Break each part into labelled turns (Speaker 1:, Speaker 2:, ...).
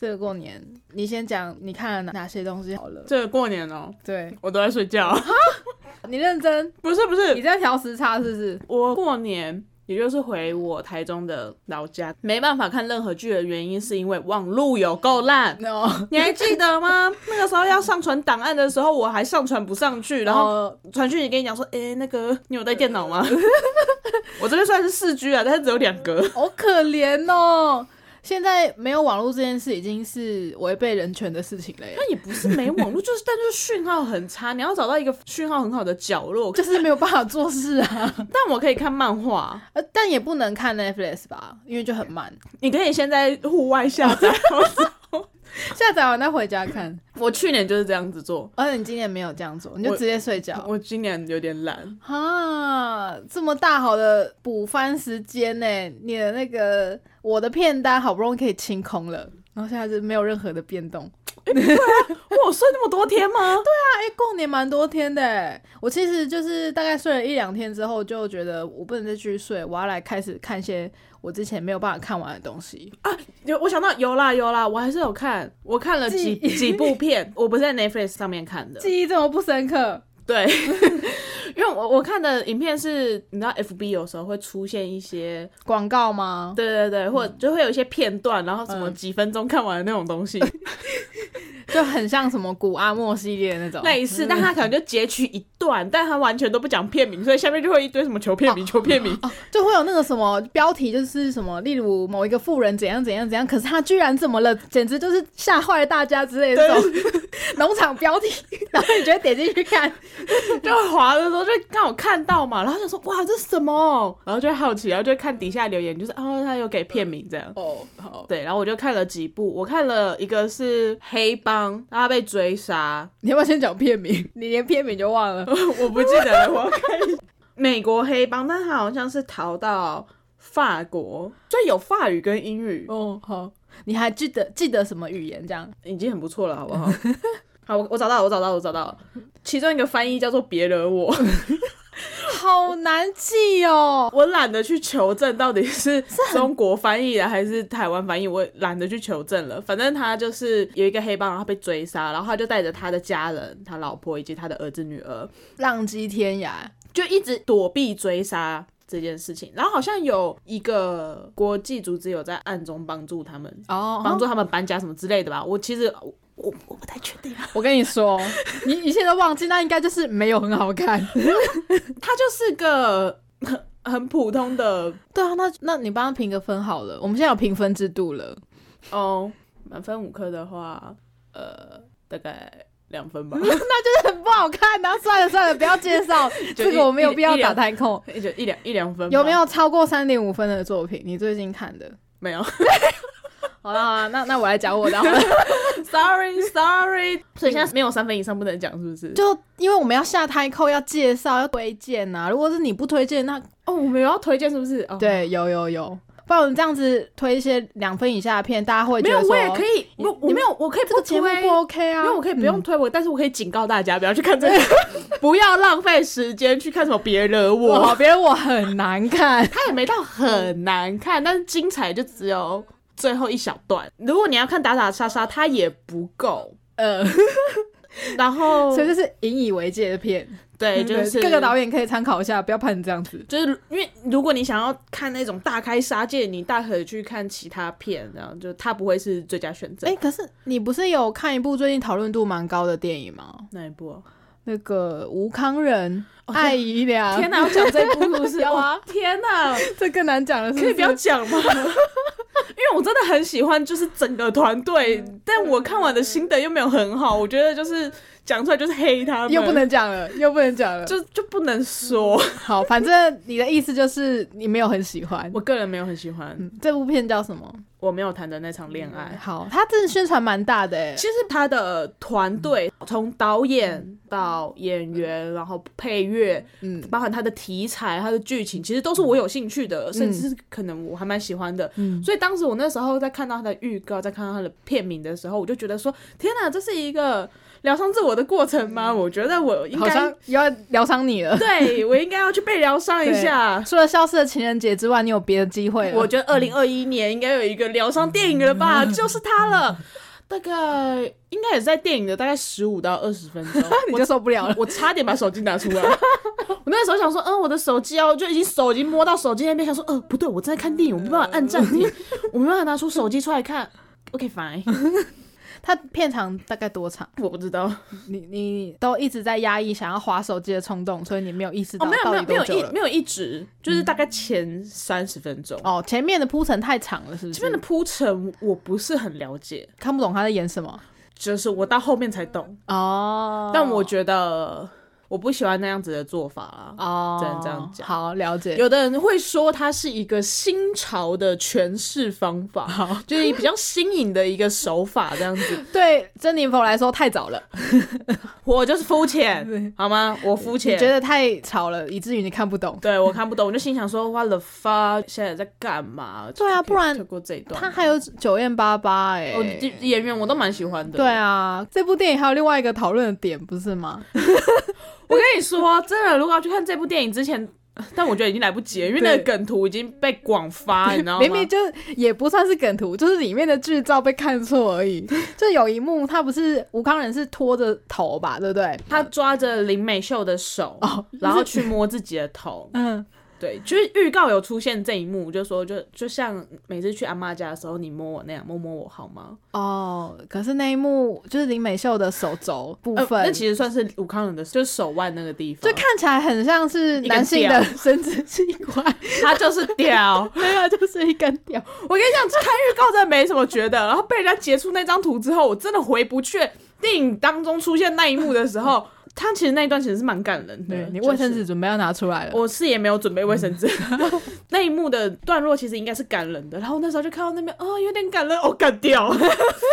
Speaker 1: 这个过年，你先讲你看了哪哪些东西好了。
Speaker 2: 这个过年哦、
Speaker 1: 对
Speaker 2: 我都在睡觉。
Speaker 1: 你认真，
Speaker 2: 不是不
Speaker 1: 你
Speaker 2: 是，
Speaker 1: 在调时差是不是？
Speaker 2: 我过年也就是回我台中的老家，没办法看任何剧的原因是因为网路有够烂。
Speaker 1: no，
Speaker 2: 你还记得吗？那个时候要上传档案的时候，我还上传不上去，然后
Speaker 1: 后
Speaker 2: 传讯也跟你讲说，诶，那个你有带电脑吗？ 我这边虽然是四 G 啊，但是只有两个。
Speaker 1: 好可怜哦。现在没有网络这件事已经是违背人权的事情 了耶，
Speaker 2: 那也不是没网络，就是但就是讯号很差，你要找到一个讯号很好的角落。
Speaker 1: 就是没有办法做事啊。
Speaker 2: 但我可以看漫画，
Speaker 1: 呃，但也不能看 Netflix 吧，因为就很慢。
Speaker 2: 你可以先在户外下载。哦
Speaker 1: 下载完再回家看。
Speaker 2: 我去年就是这样子做，
Speaker 1: 而且你今年没有这样做，你就
Speaker 2: 我
Speaker 1: 直接睡觉。
Speaker 2: 我今年有点懒，
Speaker 1: 啊，这么大好的补番时间呢，你的那个我的片单好不容易可以清空了，然后现在是没有任何的变动。
Speaker 2: 我有睡那么多天 吗？
Speaker 1: 哎、过年蛮多天的欸，我其实就是大概睡了一两天之后，就觉得我不能再继续睡，我要来开始看一些我之前没有办法看完的东西。
Speaker 2: 有，我想到有啦有啦，我还是有看，我看了几
Speaker 1: 记忆
Speaker 2: 几部片，我不是在 Netflix 上面看的，
Speaker 1: 记忆这么不深刻，
Speaker 2: 对， 因为我我看的影片是，你知道 FB 有时候会出现一些，
Speaker 1: 广告吗？
Speaker 2: 对对对，或者就会有一些片段，然后什么
Speaker 1: 嗯
Speaker 2: 几分钟看完的那种东 西，
Speaker 1: 就很像什么古阿莫系列那种。
Speaker 2: 类似，但他可能就截取一段，但他完全都不讲片名，所以下面就会一堆什么求片名、求片名，
Speaker 1: 就会有那个什么标题，就是什么，例如某一个富人怎样怎样怎样，可是他居然怎么了，简直就是吓坏了大家之类的这种农场标题， 然后你就会点进去看，
Speaker 2: 就会滑的时候就刚好看到嘛，然后想说哇这是什么，然后就会好奇，然后就会看底下留言，就是哦他有给片名这样。
Speaker 1: 哦，好，
Speaker 2: 对，然后我就看了几部，我看了一个是黑帮，他被追杀，
Speaker 1: 你要不要先讲片名？ 你连片名就忘了，
Speaker 2: 我不记得了，我要看一下 美国黑帮，但他好像是逃到法国，所以有法语跟英语，
Speaker 1: 哦，好，你还记得记得什么语言？这样
Speaker 2: 已经很不错了，好不 好？好，我我找到了，我找到了，我找到了，其中一个翻译叫做“别惹我
Speaker 1: 好难记”，哦，
Speaker 2: 我懒得去求证到底是中国翻译的还是台湾翻译，我也懒得去求证了。反正他就是有一个黑帮，然后被追杀，然后他就带着他的家人、他老婆以及他的儿子女儿，
Speaker 1: 浪迹天涯，
Speaker 2: 就一直躲避追杀这件事情。然后好像有一个国际组织有在暗中帮助他们，
Speaker 1: 哦
Speaker 2: 帮助他们搬家什么之类的吧。我其实我我我不太确定，啊
Speaker 1: 我跟你说， 你一切都忘记，那应该就是没有很好看。
Speaker 2: 他就是个很很普通的
Speaker 1: 对啊，那那你帮他评个分好了，我们现在有评分制度了。
Speaker 2: 哦，满分五颗的话，呃，大概两分吧，
Speaker 1: 很不好看呐、算了算了，不要介 绍这个，我没有必要打太空。
Speaker 2: 一 就一两一两分吧
Speaker 1: 有没有超过三点五分的作品？你最近看的？
Speaker 2: 没有
Speaker 1: 好了好了，那那我来讲我的好了，
Speaker 2: ？Sorry Sorry，所以 现在没有三分以上不能讲，是不是？
Speaker 1: 就因为我们要下太扣，要介绍，要推荐啊呐、如果是你不推荐，那
Speaker 2: 哦，我们有要推荐是不是？哦，，
Speaker 1: 对，有有有，不然我们这样子推一些两分以下的片，大家会觉
Speaker 2: 没有
Speaker 1: 得说
Speaker 2: 我也可以，我我没有我可以
Speaker 1: 这
Speaker 2: 不
Speaker 1: 个节目
Speaker 2: 推
Speaker 1: 不 OK 啊，
Speaker 2: 因为我可以不用推我，但是我可以警告大家不要去看这 个，不要浪费时间去看什么别惹我。，
Speaker 1: 我别人我很难看
Speaker 2: 它也没到很难看，但是精彩就只有最后一小段。如果你要看打打杀杀，它也不够。
Speaker 1: 呃，
Speaker 2: 然后
Speaker 1: 所以这是引以为戒的片，
Speaker 2: 对，就是
Speaker 1: 各个导演可以参考一下，不要拍成这样子。
Speaker 2: 就是因为如果你想要看那种大开杀戒，你大可以去看其他片，然后就它不会是最佳选择。
Speaker 1: 哎、可是你不是有看一部最近讨论度蛮高的电影吗？
Speaker 2: 哪一部啊？
Speaker 1: 那个吴康仁、
Speaker 2: 哦
Speaker 1: 爱姨良，
Speaker 2: 天哪，要讲这部是不 是？
Speaker 1: 要啊
Speaker 2: 哦天 哪，
Speaker 1: 这更难讲了，是
Speaker 2: 可以不要
Speaker 1: 是
Speaker 2: 讲吗？因为我真的很喜欢，就是整个团队，但我看完的心得又没有很好，我觉得就是讲出来就是黑他们，
Speaker 1: 又不能讲了，又不能讲了。
Speaker 2: 就就不能说。
Speaker 1: 好，反正你的意思就是你没有很喜欢。
Speaker 2: 我个人没有很喜欢，
Speaker 1: 嗯，这部片叫什么？
Speaker 2: 我没有谈的那场恋爱。
Speaker 1: 好，它真的宣传蛮大的欸诶、
Speaker 2: 哎其实他的团队从导演到演员，然后配乐，
Speaker 1: 嗯，
Speaker 2: 包含他的题材、他的剧情，其实都是我有兴趣的，甚至是可能我还蛮喜欢的。
Speaker 1: 嗯
Speaker 2: 所以当时我那时候在看到他的预告，在看到他的片名的时候，我就觉得说：天哪，这是一个疗伤自我的过程吗？我觉得我应
Speaker 1: 嗯好
Speaker 2: 该
Speaker 1: 像，要疗伤你了。
Speaker 2: 对我应该要去被疗伤一 下。
Speaker 1: 除了消失的情人节之外，你有别的机会了？
Speaker 2: 我觉得二零二一年应该有一个也聊上电影了吧？
Speaker 1: 嗯
Speaker 2: 就是他了。大概应该也是在电影的大概十五到二十分 钟，
Speaker 1: 你
Speaker 2: 我
Speaker 1: 就受不 了了。
Speaker 2: 我差点把手机拿出来。 我那时候想说，嗯，我的手机哦，就已经手已经摸到手机那边，想说，嗯，不对，我正在看电影，我没办法按暂 停，我没办法拿出手机出来看。OK fine，
Speaker 1: 他片长大概多长？
Speaker 2: 我不知道，哦，
Speaker 1: 你你都一直在压抑想要划手机的冲动，所以你没有意识到
Speaker 2: 哦没有
Speaker 1: 到
Speaker 2: 没
Speaker 1: 底多
Speaker 2: 有没有
Speaker 1: 久
Speaker 2: 一
Speaker 1: 了。嗯
Speaker 2: 没有一直，就是大概前三十分钟。
Speaker 1: 哦，前面的铺陈太长了，是不是？
Speaker 2: 这边的铺陈我不是很了解，
Speaker 1: 看不懂他在演什么
Speaker 2: 就是我到后面才懂，
Speaker 1: 哦。
Speaker 2: 但我觉得我不喜欢那样子的做法啦。
Speaker 1: 哦，
Speaker 2: 只能这样讲
Speaker 1: 好，了解。
Speaker 2: 有的人会说它是一个新潮的诠释方法，就是比较新颖的一个手法这样子。
Speaker 1: 对珍妮佛来说太早 了，
Speaker 2: 我就是 肤浅，好吗？我肤
Speaker 1: 你觉
Speaker 2: 浅。
Speaker 1: 得太吵了，以至于你看不懂。
Speaker 2: 对，我看不懂，我就心想说，what the fuck，现在在干嘛？
Speaker 1: 对啊
Speaker 2: 就可以
Speaker 1: 不然
Speaker 2: 跳过这一段，
Speaker 1: 他还有九燕八八哎，
Speaker 2: 哦，这演员我都蛮喜欢的。
Speaker 1: 对啊，这部电影还有另外一个讨论的点，不是吗？
Speaker 2: 我跟你说，啊真的，如果要去看这部电影之前， 但我觉得已经来不及了，因为那个梗图已经被广发， 你知道吗？
Speaker 1: 明明就是也不算是梗图，就是里面的剧照被看错而 已。就有一幕，他不是吴康仁是拖着头吧，对不对？
Speaker 2: 他抓着林美秀的手，
Speaker 1: 哦，
Speaker 2: 然后去摸自己 的头。
Speaker 1: 嗯，
Speaker 2: 对，就是预告有出现这一幕，就说就就像每次去阿妈家的时候，你摸我那样，摸摸我好吗？
Speaker 1: 哦，可是那一幕就是林美秀的手肘部
Speaker 2: 呃
Speaker 1: 分，
Speaker 2: 那其实算是武康人的，就是手腕那个地方，
Speaker 1: 就看起来很像是男性的 生殖器官，
Speaker 2: 他就是屌。
Speaker 1: 没有，啊就是一根屌。
Speaker 2: 我跟你讲，看预告真的没什么觉得，然后被人家截出那张图之后，我真的回不去。电影当中出现那一幕的时候， 他其实那一段其实是蛮感人的。
Speaker 1: 对你
Speaker 2: 就是
Speaker 1: 卫生纸准备要拿出来了，
Speaker 2: 我是也没有准备卫生纸。 那一幕的段落其实应该是感人的，然后那时候就看到那边啊、有点感人，哦，干掉。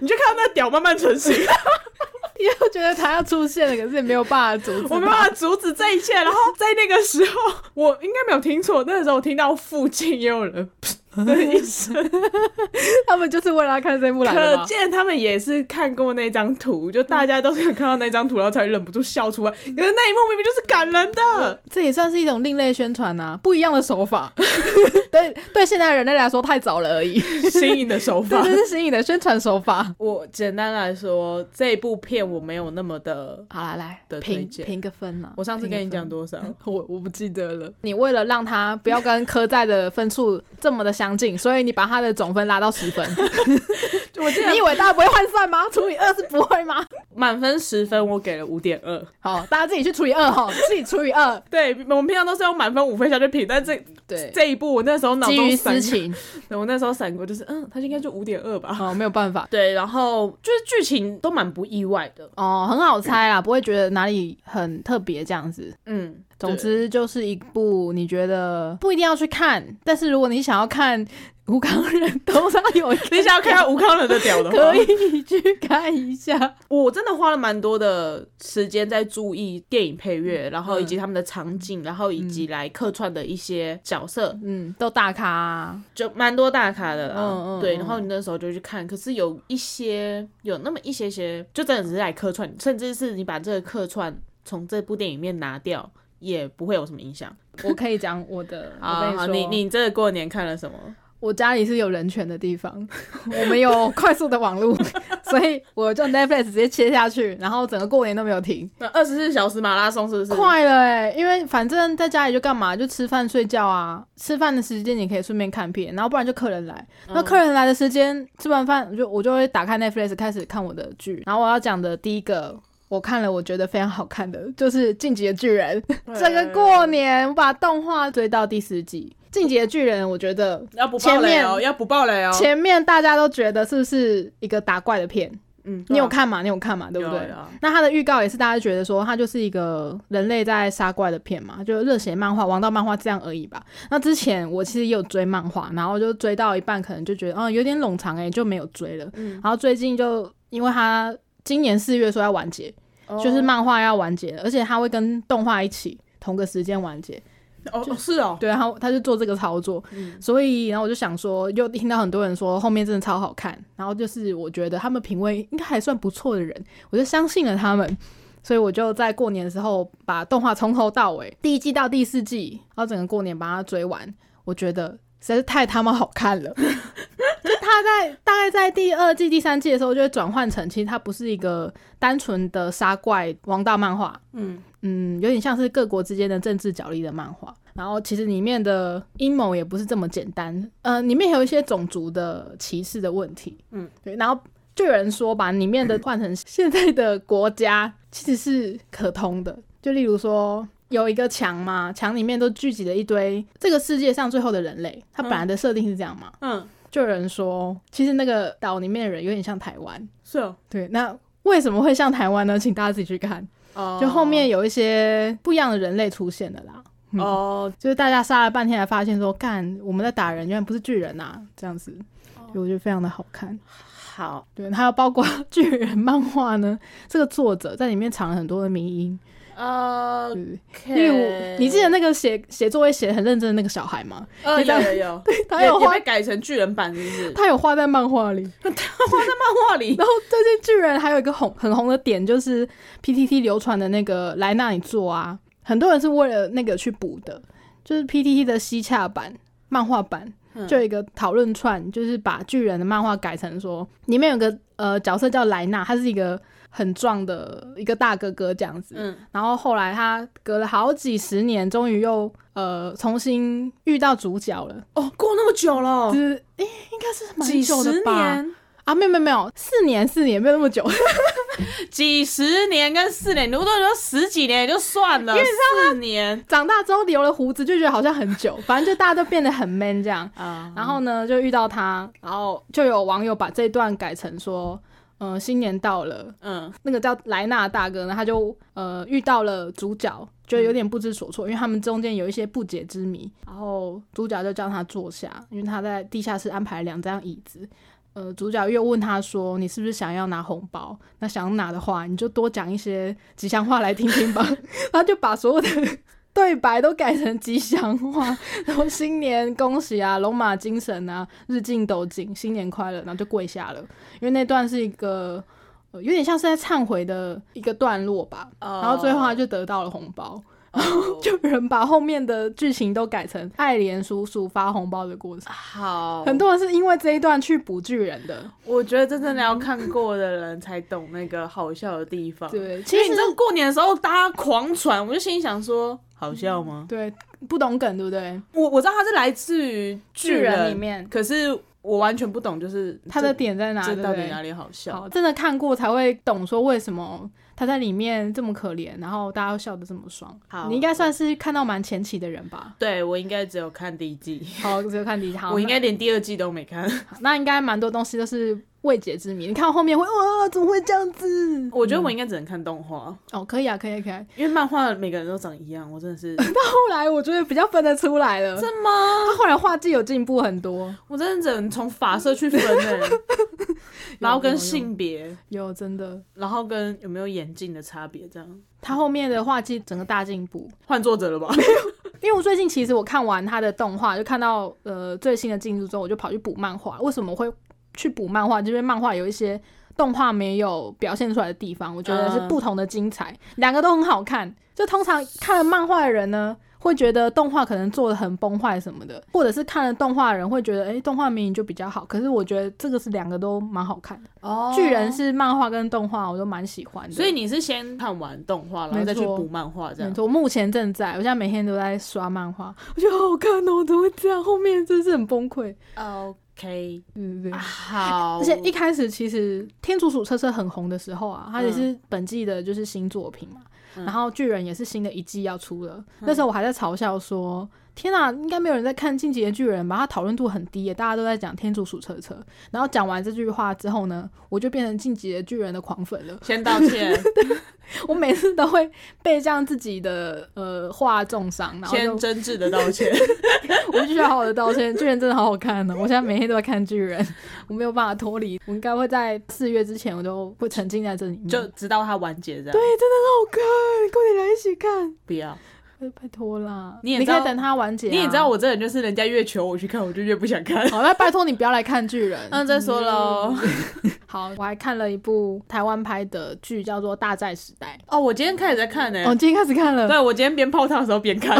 Speaker 2: 你就看到那屌慢慢 成型，
Speaker 1: 因为我觉得他要出现了，可是也没有办法阻止
Speaker 2: 我没
Speaker 1: 他
Speaker 2: 办法阻止这一切。然后在那个时候，我应该没有听错，那时候我听到附近也 有人 的一声，
Speaker 1: 他们就是为了要看这一幕来的
Speaker 2: 可
Speaker 1: 吧？
Speaker 2: 见他们也是看过那张图，就大家都是有看到那张图，然后才忍不住笑出来。可是那一幕明明就是感人的，
Speaker 1: 这也算是一种另类宣传呐、啊，不一样的手法。 对对，现在人类来说太早了而已。
Speaker 2: 新颖的手 法
Speaker 1: 这。这是新颖的宣传手法。
Speaker 2: 我简单来说，这部片我没有那么的。
Speaker 1: 好啦，来
Speaker 2: 的推
Speaker 1: 评
Speaker 2: 荐
Speaker 1: 评个分呐、
Speaker 2: 我上次
Speaker 1: 评个
Speaker 2: 跟你
Speaker 1: 分
Speaker 2: 讲，多少？
Speaker 1: 我我不记得了。你为了让他不要跟科在的分数这么的相近，所以你把他的总分拉到十分。
Speaker 2: 我记
Speaker 1: 你以
Speaker 2: 得
Speaker 1: 为大家不会换算吗？除以二是不会吗？
Speaker 2: 满分十分，我给了五点二。
Speaker 1: 好，大家自己去除以二哈，自己除以二。
Speaker 2: 对，我们平常都是用满分五分下去评，但这
Speaker 1: 对，
Speaker 2: 这一部我那时候脑
Speaker 1: 基于
Speaker 2: 中闪
Speaker 1: 私，情，
Speaker 2: 对我那时候闪过就是，嗯，他应该就五点二吧。
Speaker 1: 哦，没有办法。
Speaker 2: 对，然后就是剧情都蛮不意外的，
Speaker 1: 哦，很好猜啦，不会觉得哪里很特别这样子。
Speaker 2: 嗯，
Speaker 1: 总之就是一部你觉得不一定要去看，但是如果你想要看吴康人头上有一
Speaker 2: 对。你想要看到吴康仁的屌的话，
Speaker 1: 可以去看一下。
Speaker 2: 我真的花了蛮多的时间在注意电影配
Speaker 1: 嗯
Speaker 2: 乐，然后以及他们的场景，然后以及来客串的一些角色，
Speaker 1: 嗯，都大咖、啊，
Speaker 2: 就蛮多大咖的啦。
Speaker 1: 嗯嗯
Speaker 2: 对，
Speaker 1: 嗯
Speaker 2: 然后你那时候就去看，可是有一些有那么一些些，就真的只是来客串，甚至是你把这个客串从这部电影里面拿掉，也不会有什么影响。
Speaker 1: 我可以讲我 的。我
Speaker 2: 啊
Speaker 1: 跟你
Speaker 2: 好
Speaker 1: 说，
Speaker 2: 你你这个过年看了什么？
Speaker 1: 我家里是有人权的地方， 我们有快速的网 络，所以我就 Netflix 直接切下去，然后整个过年都没有停，
Speaker 2: 那二十四小时马拉松是不是？
Speaker 1: 快了哎、因为反正在家里就干嘛，就吃饭睡觉啊，吃饭的时间你可以顺便看片，然后不然就客人来，
Speaker 2: 嗯
Speaker 1: 那客人来的时间吃完饭，我就我就会打开 Netflix 开始看我的剧，然后我要讲的第一个。我看了，我觉得非常好看的就是《进击的巨人》， 整个过年我把动画追到第十集，《进击的巨人》，我觉得
Speaker 2: 要不爆雷哦，要不爆雷哦。
Speaker 1: 前面大家都觉得是不是一个打怪的片？
Speaker 2: 嗯，
Speaker 1: 你有看嘛？你有看嘛？对不
Speaker 2: 有
Speaker 1: 对
Speaker 2: 有？
Speaker 1: 那它的预告也是大家觉得说它就是一个人类在杀怪的片嘛，就是热血漫画、王道漫画这样而已吧。那之前我其实也有追漫画，然后就追到一半，可能就觉得嗯有点冗长哎、就没有追了。
Speaker 2: 嗯
Speaker 1: 然后最近就因为它今年四月说要完结，
Speaker 2: 哦
Speaker 1: 就是漫画要完结了，而且它会跟动画一起同个时间完结。
Speaker 2: 哦哦是哦，
Speaker 1: 对，然后他就做这个操作，所以然后我就想说，又听到很多人说后面真的超好看，然后就是我觉得他们品味应该还算不错的人，我就相信了他们，所以我就在过年的时候把动画从头到尾，第一季到第四季，然后整个过年把它追完，我觉得实在是太他妈好看了。就他在大概在第二季、第三季的时候，就会转换成，其实它不是一个单纯的杀怪王道漫画，
Speaker 2: 嗯
Speaker 1: 嗯，有点像是各国之间的政治角力的漫画。然后其实里面的阴谋也不是这么简单，呃，里面有一些种族的歧视的问题，
Speaker 2: 嗯，
Speaker 1: 对。然后就有人说把里面的换成现在的国家，其实是可通的。就例如说有一个墙嘛，墙里面都聚集了一堆这个世界上最后的人类，它本来的设定是这样嘛。
Speaker 2: 嗯，
Speaker 1: 就有人说，其实那个岛里面的人有点像台湾，
Speaker 2: 是哦，
Speaker 1: 对。那为什么会像台湾呢？请大家自己去看。
Speaker 2: 哦
Speaker 1: 就后面有一些不一样的人类出现了啦。嗯
Speaker 2: 哦，
Speaker 1: 就是大家杀了半天，才发现说，干我们在打人，原来不是巨人呐、这样子，
Speaker 2: 哦
Speaker 1: 所以我觉得非常的好看。
Speaker 2: 好，
Speaker 1: 对，还有包括 巨人漫画呢，这个作者在里面藏了很多的迷因，
Speaker 2: 呃
Speaker 1: 对，例如你记得那个写写作业写得很认真的那个小孩吗？
Speaker 2: 呃，
Speaker 1: 你知道
Speaker 2: 有有有，
Speaker 1: 他
Speaker 2: 也
Speaker 1: 有
Speaker 2: 也
Speaker 1: 画
Speaker 2: 被，改成巨人版，是不是？
Speaker 1: 他有画在漫画里。
Speaker 2: 漫画 里
Speaker 1: 然后最近巨人还有一个红很红的点，就是 PTT 流传的那个来那里做啊，很多人是为了那个去补的，就是 PTT 的西洽版漫画版
Speaker 2: 嗯。
Speaker 1: 就有一个讨论串，就是把巨人的漫画改成说，里面有个呃角色叫莱纳，他是一个很壮的一个大哥哥这样子。
Speaker 2: 嗯
Speaker 1: 然后后来他隔了好几十年，终于又呃重新遇到主角了，
Speaker 2: 哦，过那么久了
Speaker 1: 就，是诶、应该是蛮
Speaker 2: 几
Speaker 1: 久的
Speaker 2: 十
Speaker 1: 吧？
Speaker 2: 年，
Speaker 1: 啊，没有没有没有，四年四年没有那么久，
Speaker 2: 几十年跟四年，如果都十几年也就算了，四年
Speaker 1: 长大之后留了胡子，就觉得好像很久，反正就大家都变得很 man 这样。
Speaker 2: 啊
Speaker 1: 然后呢，就遇到他，然后就有网友把这段改成说，呃，新年到了，
Speaker 2: 嗯
Speaker 1: 那个叫莱纳大哥呢，他就呃遇到了主角，觉得有点不知所措，因为他们中间有一些不解之谜。然后主角就叫他坐下，因为他在地下室安排了两张椅子。呃，主角又问他说：“你是不是想要拿红包？那想要拿的话，你就多讲一些吉祥话来听听吧。” 他就把所有的对白都改成吉祥话，然后新年恭喜啊，龙马精神啊，日进斗金，新年快乐，然后就跪下了。因为那段是一个、呃、有点像是在忏悔的一个段落吧，
Speaker 2: 哦
Speaker 1: 然后最后他就得到了红包。
Speaker 2: 哦
Speaker 1: 就有人把后面的剧情都改成爱莲叔叔发红包的过程。
Speaker 2: 好，
Speaker 1: 很多人是因为这一段去补巨人的，
Speaker 2: 我觉得真正的要看过的人才懂那个好笑的地方。
Speaker 1: 对，其
Speaker 2: 哦因哎为你
Speaker 1: 实
Speaker 2: 知道过年的时候大家狂传，我就心里想说好笑吗？
Speaker 1: 对不懂梗，对不对？
Speaker 2: 嗯我我知道它是来自于巨
Speaker 1: 巨
Speaker 2: 人
Speaker 1: 人里面
Speaker 2: 可是我完全不懂，就是
Speaker 1: 他的点在哪？
Speaker 2: 这
Speaker 1: 对
Speaker 2: 这
Speaker 1: 不
Speaker 2: 到底
Speaker 1: 对
Speaker 2: 哪里好笑？
Speaker 1: 好，真的看过才会懂说为什么他在里面这么可怜，然后大家又笑得这么爽。
Speaker 2: 好
Speaker 1: 你应该算是看到蛮前期的人吧？
Speaker 2: 对我应该只有看第一季，
Speaker 1: 好，只有看第一行，
Speaker 2: 我应该连第二季都没看。
Speaker 1: 那那应该蛮多东西都是未解之谜。你看到后面会哇，怎么会这样子？
Speaker 2: 我觉得我应该只能看动画，
Speaker 1: 哦，可以啊，可以、啊，可以、啊。
Speaker 2: 因为漫画每个人都长一样，我真的 是
Speaker 1: 后来我觉得比较分得出来了，
Speaker 2: 真吗？
Speaker 1: 他后来画技有进步很多，
Speaker 2: 我真的只能从发色去分哎、 然后跟性别，
Speaker 1: 有真的，
Speaker 2: 然后跟有没有眼镜的差别，这样
Speaker 1: 他后面的画技整个大进步。
Speaker 2: 换作者了吧？
Speaker 1: 因为我最近其实我看完他的动画，就看到呃最新的进度之后，我就跑去补漫画。为什么会去补漫画？就是因为漫画有一些动画没有表现出来的地方，我觉得是
Speaker 2: 嗯
Speaker 1: 不同的精彩，两、个都很好看。就通常看了漫画的人呢，会觉得动画可能做的很崩坏什么的，或者是看了动画的人会觉得，哎、动画明明就比较好。可是我觉得这个是两个都蛮好看的。
Speaker 2: 哦
Speaker 1: 巨人，是漫画跟动画，我都蛮喜欢的。
Speaker 2: 所以你是先看完动画，然后再去
Speaker 1: 没错
Speaker 2: 补漫画，这
Speaker 1: 没
Speaker 2: 样
Speaker 1: 错，我目前正在，我现在每天都在刷漫画，我觉得好好看哦，怎么会这样？后面真是很崩溃。
Speaker 2: ？OK，
Speaker 1: 对对对。
Speaker 2: 啊好，
Speaker 1: 而且一开始其实《天竺鼠车车》很红的时候啊，它也是本季的就是新作品嘛。
Speaker 2: 嗯
Speaker 1: 然后巨人也是新的一季要出了，那时候我还在嘲笑说：“天啊，应该没有人在看《进击的巨人》吧？”它讨论度很低耶，大家都在讲《天竺鼠车车》。然后讲完这句话之后呢，我就变成《进击的巨人》的狂粉了。
Speaker 2: 先道歉，
Speaker 1: 我每次都会被这样自己的呃话重伤，然后就
Speaker 2: 先真挚的道歉。
Speaker 1: 我必须要好好的道歉，巨人真的好好看哦呢、我现在每天都在看巨人，我没有办法脱离。我应该会在四月之前，我就会沉浸在这里面。
Speaker 2: 就
Speaker 1: 对，
Speaker 2: 直到它完结这
Speaker 1: 真
Speaker 2: 样。
Speaker 1: 的很好看，快点来一起看。
Speaker 2: 不要，
Speaker 1: 呃拜托啦，
Speaker 2: 你也
Speaker 1: 你
Speaker 2: 知道
Speaker 1: 可以等它完结、啊
Speaker 2: 你也知道，我这人就是人家越求我去看，我就越不想 看。
Speaker 1: 好，那拜托你不要来看巨 人。
Speaker 2: 那嗯再说喽。
Speaker 1: 好，我还看了一部台湾拍的剧，叫做《大债时代哦
Speaker 2: 哦，我今天开始在看呢》。欸
Speaker 1: 哦，今天开始看了，为
Speaker 2: 对，我今天边泡汤的时候边看。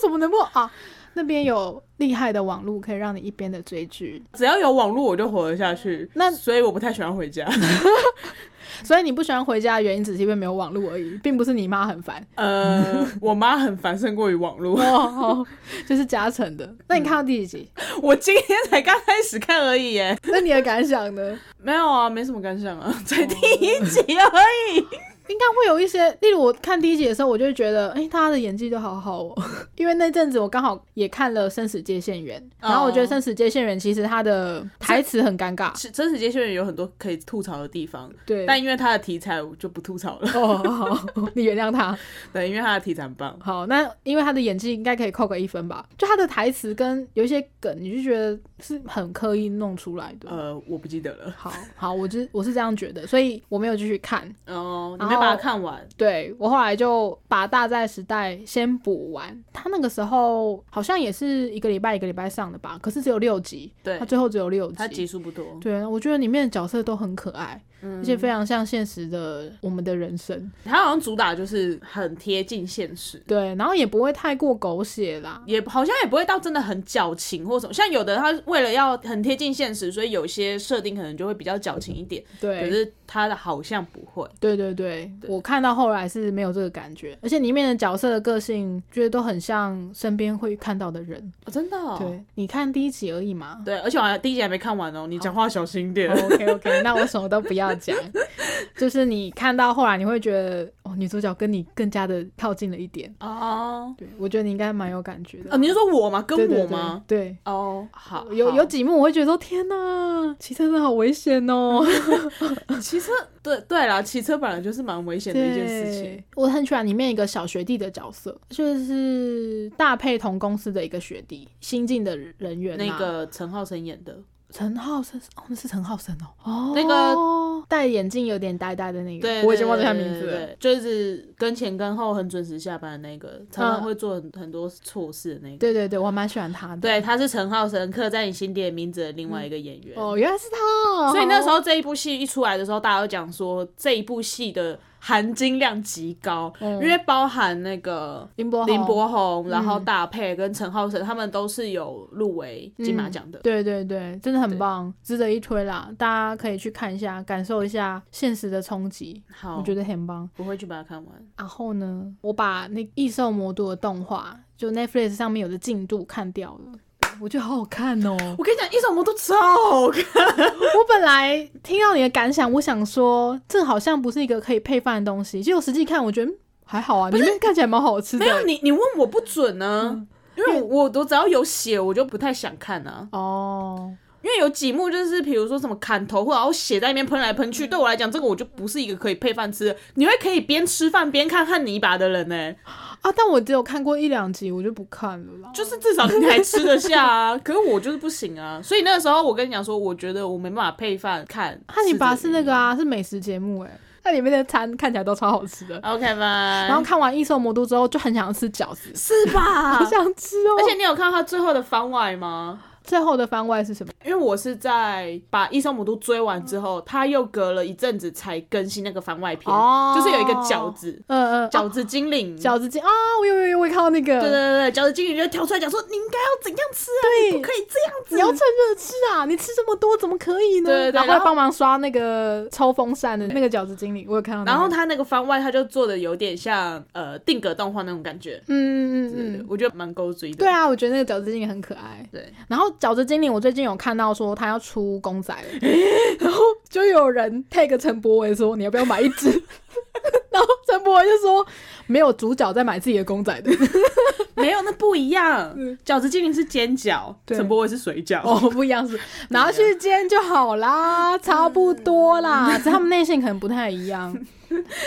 Speaker 1: 什么能不啊？那边有厉害的网络可以让你一边的追剧，
Speaker 2: 只要有网络我就活得下去。
Speaker 1: 那
Speaker 2: 所以我不太喜欢回家。
Speaker 1: 所以你不喜欢回家的原因只是因为没有网络而已，并不是你妈很烦
Speaker 2: 呃， 我妈很烦胜过于网络。
Speaker 1: 嗯哦，就是加成的。那你看到第几集？
Speaker 2: 我今天才刚开始看而已耶，
Speaker 1: 那你的感想呢？
Speaker 2: 没有啊，没什么感想啊，才第一集而已。
Speaker 1: 应该会有一些，例如我看第一集的时候，我就会觉得，哎、他的演技都好好哦。 因为那阵子我刚好也看了《生死界线员》，然后我觉得《生死界线员》其实他的台词很尴尬，
Speaker 2: 是真实接线员有很多可以吐槽的地方，
Speaker 1: 对，
Speaker 2: 但因为他的题材我就不吐槽了。
Speaker 1: 哦，好，你原谅他。
Speaker 2: 对，因为他的题材很棒。
Speaker 1: 好，那因为他的演技应该可以扣个一分吧？就他的台词跟有一些梗，你就觉得是很刻意弄出来的。
Speaker 2: 呃，我不记得了。
Speaker 1: 好好，我就我是这样觉得，所以我没有继续看。
Speaker 2: 哦，你
Speaker 1: 然
Speaker 2: 没
Speaker 1: 后
Speaker 2: 把它看完。
Speaker 1: 对我后来就把《大债时代》先补完，他那个时候好像也是一个礼拜一个礼拜上的吧，可是只有六集，
Speaker 2: 对
Speaker 1: 他，最后只有六
Speaker 2: 他集
Speaker 1: 集。
Speaker 2: 数不多。
Speaker 1: 对，啊我觉得里面的角色都很可爱，而且
Speaker 2: 嗯
Speaker 1: 非常像现实的我们的人生。
Speaker 2: 他好像主打就是很贴近现实，
Speaker 1: 对，然后也不会太过狗血啦。
Speaker 2: 也好像也不会到真的很矫情或什么。像有的他为了要很贴近现实，所以有些设定可能就会比较矫情一点。
Speaker 1: 对，
Speaker 2: 可是他的好像不会。
Speaker 1: 对对对，我看到后来是没有这个感觉，而且里面的角色的个性，觉得都很像身边会看到的人。
Speaker 2: 哦、真的、哦。
Speaker 1: 对，你看第一集而已嘛。
Speaker 2: 对，而且我还第一集还没看完哦，你讲话小心 点。
Speaker 1: OK OK，那我哦什么都不要讲，就是你看到后来，你会觉得哦，女主角跟你更加的靠近了一点。
Speaker 2: 哦，
Speaker 1: 对，我觉得你应该蛮有感觉的。
Speaker 2: 哦，你是说我吗？
Speaker 1: 对
Speaker 2: 跟我吗？？
Speaker 1: 对对对
Speaker 2: 哦，好，
Speaker 1: 有
Speaker 2: 好
Speaker 1: 有几幕我会觉得说哦天哪，骑车真的好危险哦。
Speaker 2: 骑车，对对啦，骑车本来就是蛮危险的一件事情。
Speaker 1: 对。我很喜欢里面一个小学弟的角色，就是大配同公司的一个学弟，新进的人员、啊。
Speaker 2: 那个陈浩生演的，
Speaker 1: 陈浩生，哦，那是陈浩生哦，哦，
Speaker 2: 那个
Speaker 1: 戴眼镜有点呆呆的那个，
Speaker 2: 对，
Speaker 1: 我已经忘记他
Speaker 2: 对
Speaker 1: 名字，
Speaker 2: 对
Speaker 1: 了。
Speaker 2: 对就是跟前跟后很准时下班的那个，常常会做很很多错事的那个。
Speaker 1: 对对对，我还蛮喜欢他的。
Speaker 2: 对，他是陈浩生刻在你心底的名字的另外一个演员。
Speaker 1: 哦，原来是他哦，
Speaker 2: 所以那时候这一部戏一出来的时候，大家都讲说这一部戏的含金量极高，
Speaker 1: 嗯
Speaker 2: 因为包含那个
Speaker 1: 林柏
Speaker 2: 林
Speaker 1: 宏，
Speaker 2: 柏宏，然
Speaker 1: 嗯
Speaker 2: 后大佩跟陈浩生，他们都是有入围金马奖的。
Speaker 1: 嗯对对对，真的很棒，值得一推啦！大家可以去看一下，感受一下现实的冲击，我
Speaker 2: 好，
Speaker 1: 觉得很棒。
Speaker 2: 我会去把它看完。
Speaker 1: 然后呢，我把那《异兽魔都》的动画，就 Netflix 上面有的进度看掉了。我觉得好好看哦！
Speaker 2: 我跟你讲，一手魔都超好看，
Speaker 1: 我本来听到你的感想，我想说这好像不是一个可以配饭的东西，结果实际看，我觉得嗯还好啊，里面看起来蛮好吃的
Speaker 2: 没。有你，你问我不准呢、
Speaker 1: 嗯
Speaker 2: 因为我我只要有写，我就不太想看啊。
Speaker 1: 哦，
Speaker 2: 因为有几幕就是，比如说什么砍头，或者然后血在那边喷来喷去，
Speaker 1: 嗯
Speaker 2: 对我来讲，这个我就不是一个可以配饭吃的。你会可以边吃饭边看看泥巴的人呢、欸
Speaker 1: 啊，但我只有看过一两集，我就不看了啦。
Speaker 2: 就是至少你还吃得下啊。 可是我就是不行啊，所以那个时候我跟你讲说，我觉得我没办法配饭看。
Speaker 1: 汉尼拔是那个
Speaker 2: 啊
Speaker 1: 啊，是美食节目哎、那里面的餐看起来都超好吃的。
Speaker 2: ，OK 吧？
Speaker 1: 然后看完《异兽魔都》之后，就很想吃饺子，
Speaker 2: 是吧
Speaker 1: 好？想吃哦。
Speaker 2: 而且你有看到他最后的番外吗？
Speaker 1: 最后的番外是什么？
Speaker 2: 因为我是在把《异兽魔都》追完之后，他又隔了一阵子才更新那个番外篇，
Speaker 1: 哦
Speaker 2: 就是有一个饺子
Speaker 1: 嗯嗯，
Speaker 2: 饺子精灵，
Speaker 1: 饺子精啊，我有有有，我也看到那个，
Speaker 2: 对对对对，饺子精灵就跳出来讲说你应该要怎样吃啊，你不可以这样子。
Speaker 1: 你要趁热吃啊！你吃这么多，怎么可以呢？
Speaker 2: 对对对
Speaker 1: 然后
Speaker 2: 然
Speaker 1: 还
Speaker 2: 后
Speaker 1: 帮忙刷那个抽风扇的那个饺子经理，我有看到那个、
Speaker 2: 然后他那个番外，他就做的有点像呃定格动画那种感觉，
Speaker 1: 嗯，嗯
Speaker 2: 对
Speaker 1: 嗯
Speaker 2: 对
Speaker 1: 嗯
Speaker 2: 对，我觉得蛮勾追的。
Speaker 1: 对啊，我觉得那个饺子经理很可爱。
Speaker 2: 对，
Speaker 1: 然后饺子经理，我最近有看到说他要出公仔了， 然后就有人 tag 陈柏伟说你要不要买一只， 然后陈柏伟就说没有主角在买自己的公仔的，
Speaker 2: 没有那不一样
Speaker 1: 嗯，
Speaker 2: 饺子精灵是煎饺，
Speaker 1: 对
Speaker 2: 陈柏伟是水饺。
Speaker 1: 哦，不一样是拿去煎就好啦，差不多啦，只是他们内心可能不太一样。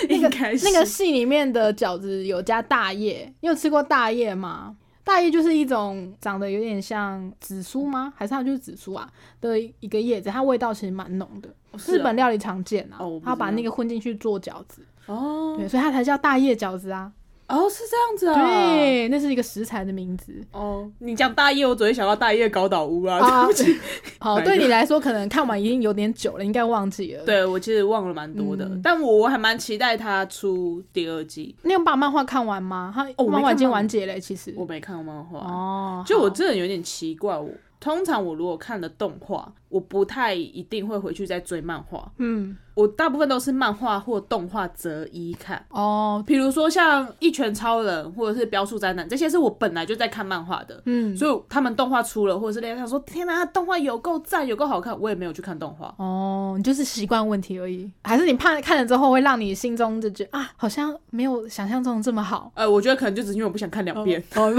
Speaker 2: 应该 是
Speaker 1: 那个戏里面的饺子有加大叶，你有吃过大叶吗？大叶就是一种长得有点像紫苏吗？还是它就是紫苏啊的一个叶子，它味道其实蛮浓的，
Speaker 2: 哦是
Speaker 1: 日
Speaker 2: 哦
Speaker 1: 本料理常见啊
Speaker 2: 哦我。不知
Speaker 1: 它
Speaker 2: 道
Speaker 1: 把那个混进去做饺子，
Speaker 2: 哦
Speaker 1: 对，所以它才叫大叶饺子啊。
Speaker 2: 哦，是这样子啊。，
Speaker 1: 对，那是一个食材的名字。
Speaker 2: 哦，你讲大叶，我只会想到大叶高岛屋啦。
Speaker 1: 啊
Speaker 2: 对不起，
Speaker 1: 好，
Speaker 2: 哪一
Speaker 1: 对
Speaker 2: 个
Speaker 1: 你来说可能看完已经有点久了，应该忘记了。，
Speaker 2: 对我其实忘了蛮多的，
Speaker 1: 呃嗯
Speaker 2: 但我我还蛮期待它出第二季。
Speaker 1: 你有把漫画看完吗？他
Speaker 2: 哦我没
Speaker 1: 漫画已经
Speaker 2: 看完
Speaker 1: 完结了，其实。
Speaker 2: 我没看过漫画，
Speaker 1: 哦，
Speaker 2: 就
Speaker 1: 好
Speaker 2: 我这人有点奇怪，我通常我如果看了动画，我不太一定会回去再追漫画，
Speaker 1: 嗯
Speaker 2: 我大部分都是漫画或动画择一看。
Speaker 1: 哦
Speaker 2: 比如说像《一拳超人》或者是《标速灾难》，这些是我本来就在看漫画的，
Speaker 1: 嗯
Speaker 2: 所以他们动画出了，或者是大家想说天哪、动画有够赞，有够好看，我也没有去看动画。
Speaker 1: 哦，你就是习惯问题而已，还是你怕看了之后会让你心中就觉得啊，好像没有想象中的这么好。
Speaker 2: 呃，我觉得可能就只是因为我不想看两遍，
Speaker 1: 哦，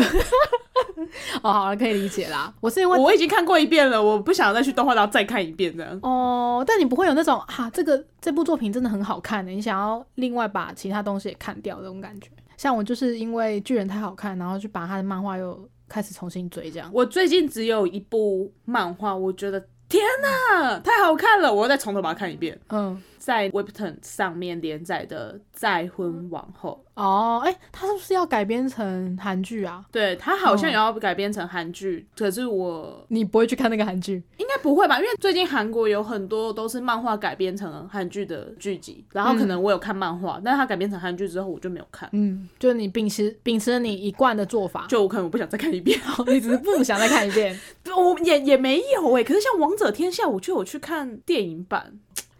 Speaker 1: 哦，好了，可以理解啦。我是因为
Speaker 2: 我已经看过一遍了，我不想再去动画然后再看一遍这样。
Speaker 1: 哦，但你不会有那种啊，这个这部作品真的很好看的，欸你想要另外把其他东西也看掉的那种感觉。像我就是因为巨人太好看，然后去把他的漫画又开始重新追，这样。
Speaker 2: 我最近只有一部漫画，我觉得天哪，太好看了，我要再从头把它看一遍。
Speaker 1: 嗯，
Speaker 2: 在 Webtoon 上面连载的《再婚王后》，
Speaker 1: 哦，哎、他是不是要改编成韩剧啊？
Speaker 2: 对它好像也要改编成韩剧，可是我
Speaker 1: 你不会去看那个韩剧？
Speaker 2: 应该不会吧？因为最近韩国有很多都是漫画改编成韩剧的剧集，然后可能我有看漫画，但是它改编成韩剧之后我就没有看，
Speaker 1: 嗯，就是你秉持秉持你一贯的做法，
Speaker 2: 就我可能我不想再看一遍。
Speaker 1: 你只是不想再看一遍。
Speaker 2: 我也也没有哎、可是像《王者天下》，我就有去看电影版。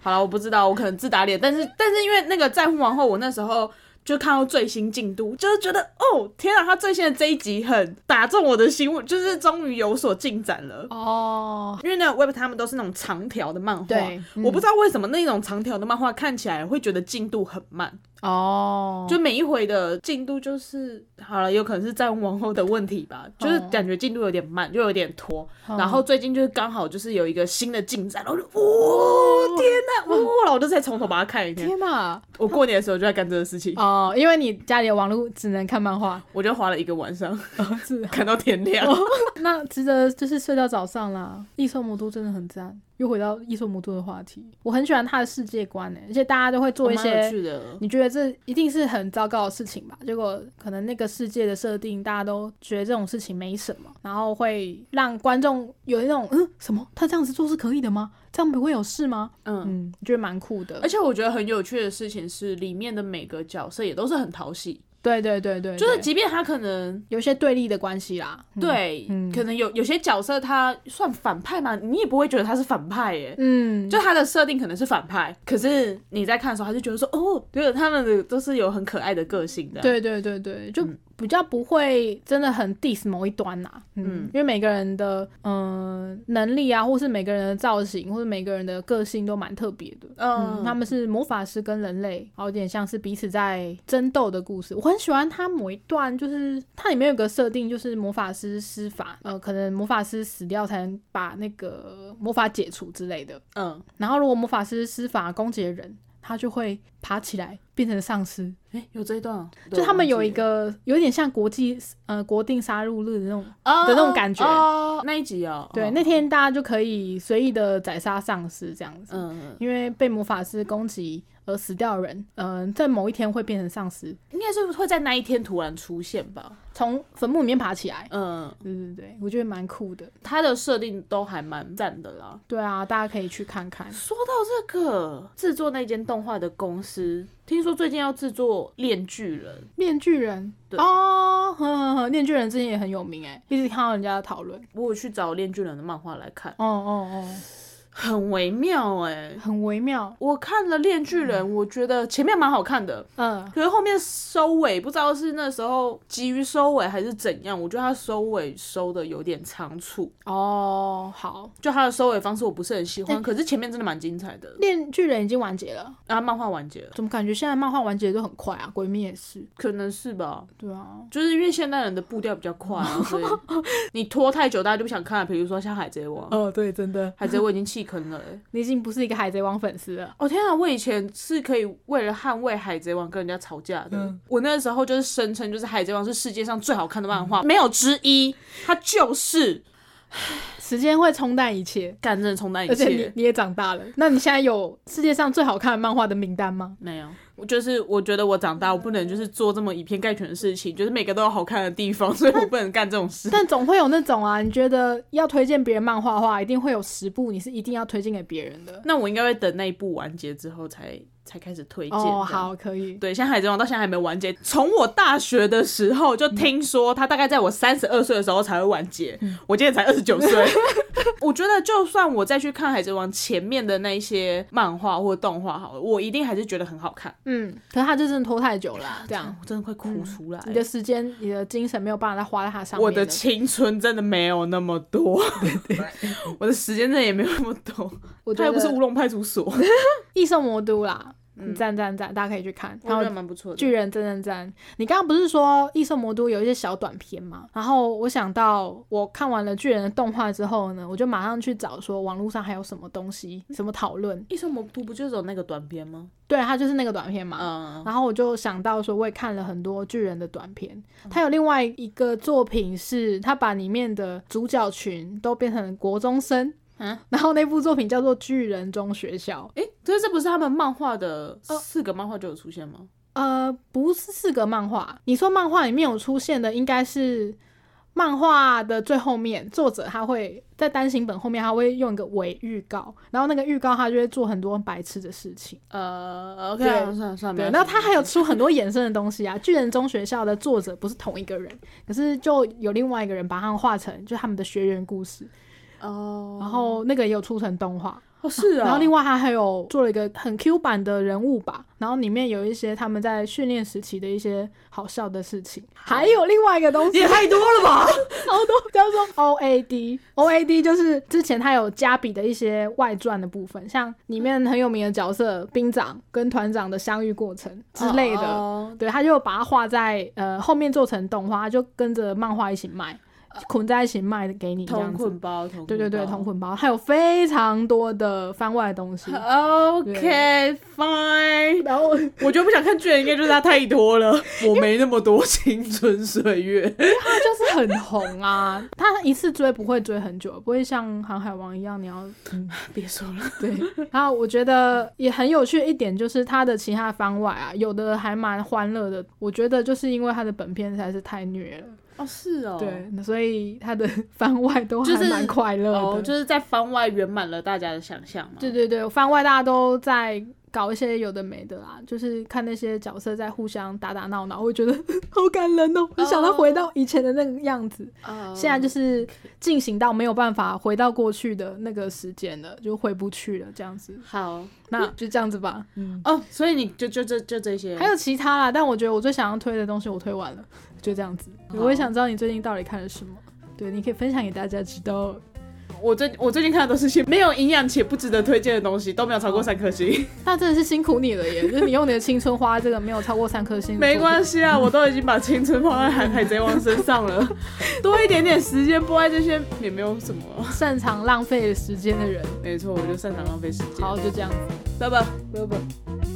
Speaker 2: 好了，我不知道，我可能自打脸，但是但是因为那个《再婚王后》，我那时候就看到最新进度，就是觉得哦天啊，他最新的这一集很打中我的心，我就是终于有所进展了。
Speaker 1: 哦，
Speaker 2: 因为那个 Web 他们都是那种长条的漫画
Speaker 1: 对，嗯
Speaker 2: 我不知道为什么那种长条的漫画看起来会觉得进度很慢，
Speaker 1: 哦，
Speaker 2: 就每一回的进度就是好了，有可能是再婚王后的问题吧，就是
Speaker 1: 哦
Speaker 2: 感觉进度有点慢，就有点拖。
Speaker 1: 嗯
Speaker 2: 然后最近就是刚好就是有一个新的进展，然后我就哦天哪，哇、我就再从头把它看一遍。
Speaker 1: 天哪！
Speaker 2: 我过年的时候就在干这个事情，
Speaker 1: 哦，因为你家里的网络只能看漫画，
Speaker 2: 我就花了一个晚上
Speaker 1: 哦是啊哦
Speaker 2: 看到天亮。
Speaker 1: 那值得就是睡到早上啦。异兽魔都真的很赞，又回到异兽魔都的话题，我很喜欢他的世界观呢、欸而且大家都会做一
Speaker 2: 蛮有
Speaker 1: 些。
Speaker 2: 趣的，
Speaker 1: 你觉得这一定是很糟糕的事情吧？结果可能那个世界的设定，大家都觉得这种事情没什么，然后会让观众有那种嗯什么，他这样子做是可以的吗？这样不会有事吗？
Speaker 2: 嗯。
Speaker 1: 嗯，我觉得蛮酷的
Speaker 2: 而。且我觉得很有趣的事情是，里面的每个角色也都是很讨喜，
Speaker 1: 对对对对，
Speaker 2: 就是
Speaker 1: 对
Speaker 2: 即便他可能
Speaker 1: 有一些对立的关系啦。嗯，
Speaker 2: 对，
Speaker 1: 嗯
Speaker 2: 可能有有些角色他算反派嘛，你也不会觉得他是反派耶，
Speaker 1: 嗯，
Speaker 2: 就他的设定可能是反派，可是你在看的时候，他就觉得说，哦，对，他们的都是有很可爱的个性的，
Speaker 1: 对对对对，就
Speaker 2: 啊嗯
Speaker 1: 比较不会真的很 diss 某一端呐、嗯，
Speaker 2: 嗯
Speaker 1: 因为每个人的嗯、呃能力啊，或是每个人的造型，或者每个人的个性都蛮特别的。嗯，
Speaker 2: 嗯，
Speaker 1: 他们是魔法师跟人类，哦然后有点像是彼此在争斗的故事。我很喜欢它某一段，就是它里面有个设定，就是魔法师施法，呃，可能魔法师死掉才能把那个魔法解除之类的。
Speaker 2: 嗯，
Speaker 1: 然后如果魔法师施法攻击了人，他就会爬起来变成丧尸。
Speaker 2: 哎、有这一段哦，
Speaker 1: 就他们有一
Speaker 2: 的
Speaker 1: 个有点像国际呃国定杀戮日的那种，
Speaker 2: 那
Speaker 1: 那种感觉
Speaker 2: 那一集哦，
Speaker 1: 对，
Speaker 2: 哦
Speaker 1: 那天大家就可以随意的宰杀丧尸这样子，
Speaker 2: 嗯，
Speaker 1: 因为被魔法师攻击而死掉的人，嗯、在某一天会变成丧尸，
Speaker 2: 应该是会在那一天突然出现吧，
Speaker 1: 从坟墓里面爬起来。
Speaker 2: 嗯，
Speaker 1: 对对对，我觉得蛮酷的。
Speaker 2: 他的设定都还蛮赞的啦。
Speaker 1: 对啊，大家可以去看看。
Speaker 2: 说到这个制作那间动画的公司，听说最近要制作《链巨人
Speaker 1: 面具人
Speaker 2: 对
Speaker 1: 哦，呵呵呵，面具人之前也很有名哎、一直看到人家的讨论。》，
Speaker 2: 我有去找《链巨人》的漫画来看，
Speaker 1: 哦哦
Speaker 2: 很微妙哎、
Speaker 1: 哦，很微妙。
Speaker 2: 我看了《链巨人》，我觉得前面蛮好看的，
Speaker 1: 嗯、
Speaker 2: 可是后面收尾不知道是那时候急于收尾还是怎样，我觉得他收尾收的有点仓促，
Speaker 1: 哦，好，
Speaker 2: 就他的收尾方式我不是很喜欢，可是前面真的蛮精彩的。
Speaker 1: 面具人已经完结了。
Speaker 2: 啊，漫画完结了，
Speaker 1: 怎么感觉现在漫画完结都很快啊？鬼灭也是，
Speaker 2: 可能是吧，
Speaker 1: 对啊，
Speaker 2: 就是因为现代人的步调比较快、啊，所以你拖太久大家就不想看了。比如说像海贼王，
Speaker 1: 哦，对，真的，
Speaker 2: 海贼王已经弃坑了、欸。
Speaker 1: 你已经不是一个海贼王粉丝了。
Speaker 2: 哦天啊！我以前是可以为了捍卫海贼王跟人家吵架的。
Speaker 1: 嗯
Speaker 2: 我那时候就是声称，就是海贼王是世界上最好看的漫画，没有之一，它就是。
Speaker 1: 时间会冲淡一切，
Speaker 2: 干真的冲淡一
Speaker 1: 而且你
Speaker 2: 切。
Speaker 1: 你也长大了。那你现在有世界上最好看的漫画的名单吗？
Speaker 2: 没有，我就是我觉得我长大，我不能就是做这么以偏概全的事情，就是每个都有好看的地方，所以我不能干这种事。
Speaker 1: 但总会有那种啊，你觉得要推荐别人漫画的话，一定会有十部你是一定要推荐给别人的。
Speaker 2: 那我应该会等那一部完结之后才才开始推荐。
Speaker 1: 哦，好，可以。
Speaker 2: 对，像《海贼王》到现在还没完结。从我大学的时候就听说，它大概在我三十二岁的时候才会完结。我今年才二十九岁， 我觉得就算我再去看《海贼王》前面的那一些漫画或动画，好了，我一定还是觉得很好看。
Speaker 1: 嗯，可是他就真的拖太久了啊、这样
Speaker 2: 哦我真的快哭出来了。
Speaker 1: 你的时间、你的精神没有办法再花在他上面
Speaker 2: 哎嗯我
Speaker 1: 了。
Speaker 2: 的青春真的没有那么多， 我的时间真的也没有那么多。
Speaker 1: 我
Speaker 2: 它
Speaker 1: 觉
Speaker 2: 又不是
Speaker 1: 得
Speaker 2: 乌龙派出所，
Speaker 1: 异兽魔都啦，嗯赞赞赞，大家可以去看。然后
Speaker 2: 蛮不错
Speaker 1: 巨人赞赞赞，你刚刚不是说异兽魔都有一些小短片吗？然后我想到我看完了巨人的动画之后呢，我就马上去找说网络上还有什么东西、
Speaker 2: 嗯
Speaker 1: 什么讨论。
Speaker 2: 一生魔都不就是有那个短片吗？
Speaker 1: 对，它就是那个短片嘛。
Speaker 2: 嗯，
Speaker 1: 然后我就想到说，我也看了很多巨人的短片，
Speaker 2: 嗯
Speaker 1: 他有另外一个作品是，他把里面的主角群都变成国中生，
Speaker 2: 嗯
Speaker 1: 然后那部作品叫做《巨人中学校》，
Speaker 2: 哎、可是这不是他们漫画的
Speaker 1: 哦
Speaker 2: 四个漫画就有出现吗？
Speaker 1: 呃，不是四格漫画，你说漫画里面有出现的应该是。漫画的最后面，作者他会在单行本后面，他会用一个伪预告，然后那个预告他就会做很多很白痴的事情。
Speaker 2: 呃
Speaker 1: 对
Speaker 2: 啊算了算
Speaker 1: 对，
Speaker 2: 没关系
Speaker 1: 那他还有出很多衍生的东西啊。巨人中学校的作者不是同一个人，可是就有另外一个人把他们画成就他们的学员故事，
Speaker 2: 哦，
Speaker 1: 然后那个也有出成动画。
Speaker 2: 哦是啊，
Speaker 1: 然后另
Speaker 2: 外
Speaker 1: 外他还有做了一个很 Q 版的人物吧，然后里面有一些他们在训练时期的一些好笑的事情，还有另外一个东西
Speaker 2: 也太多了 吧？
Speaker 1: 超多叫做 O A D O A D 就是之前他有加比的一些外传的部分，像里面很有名的角色兵长跟团长的相遇过程之类的。
Speaker 2: 哦
Speaker 1: 对，他就把它画在呃后面做成动画，就跟着漫画一起卖，捆在一起卖给你这样
Speaker 2: 同
Speaker 1: 子。
Speaker 2: 捆包，同捆
Speaker 1: 对对对，
Speaker 2: 包
Speaker 1: 同捆包，还有非常多的番外的东西。
Speaker 2: OK fine，
Speaker 1: 然后
Speaker 2: 我觉得不想看巨人，应该就是他太多了，我没那么多青春岁月。
Speaker 1: 它就是很红啊，它一次追不会追很久，不会像《航海王》一样，你要嗯
Speaker 2: 别说了，
Speaker 1: 对。然后我觉得也很有趣一点就是它的其他番外啊，有的还蛮欢乐的。我觉得就是因为它的本片实在是太虐了，
Speaker 2: 哦是哦，
Speaker 1: 对，所以它的 番外都还
Speaker 2: 就是
Speaker 1: 蛮快乐的。
Speaker 2: 哦，就是在番外圆满了大家的想象嘛。
Speaker 1: 对对对，番外大家都在搞一些有的没的啦，就是看那些角色在互相打打闹闹，我会觉得 好感人哦，就想到回到以前的那个样子。
Speaker 2: 哦，
Speaker 1: 现在就是进行到没有办法回到过去的那个时间了，就回不去了这样子。
Speaker 2: 好
Speaker 1: 那就这样子 吧。
Speaker 2: 哦，所以你就就这就这些，
Speaker 1: 还有其他啦，但我觉得我最想要推的东西我推完了，就这样子。
Speaker 2: 好
Speaker 1: 我也想知道你最近到底看了什么。对，你可以分享给大家知道。
Speaker 2: 我最我最近看的都是些没有营养且不值得推荐的东西，都没有超过三颗星。
Speaker 1: 那真的是辛苦你了耶！就是你用你的青春花这个没有超过三颗星，
Speaker 2: 没关
Speaker 1: 系。
Speaker 2: 系啊，我都已经把青春放在海海贼王身上了，多一点点时间播在这些也没有什么。
Speaker 1: 擅长浪费时间的人。
Speaker 2: 没错，我就擅长浪费时间。
Speaker 1: 好，，就这样子，
Speaker 2: 拜拜。
Speaker 1: 拜拜。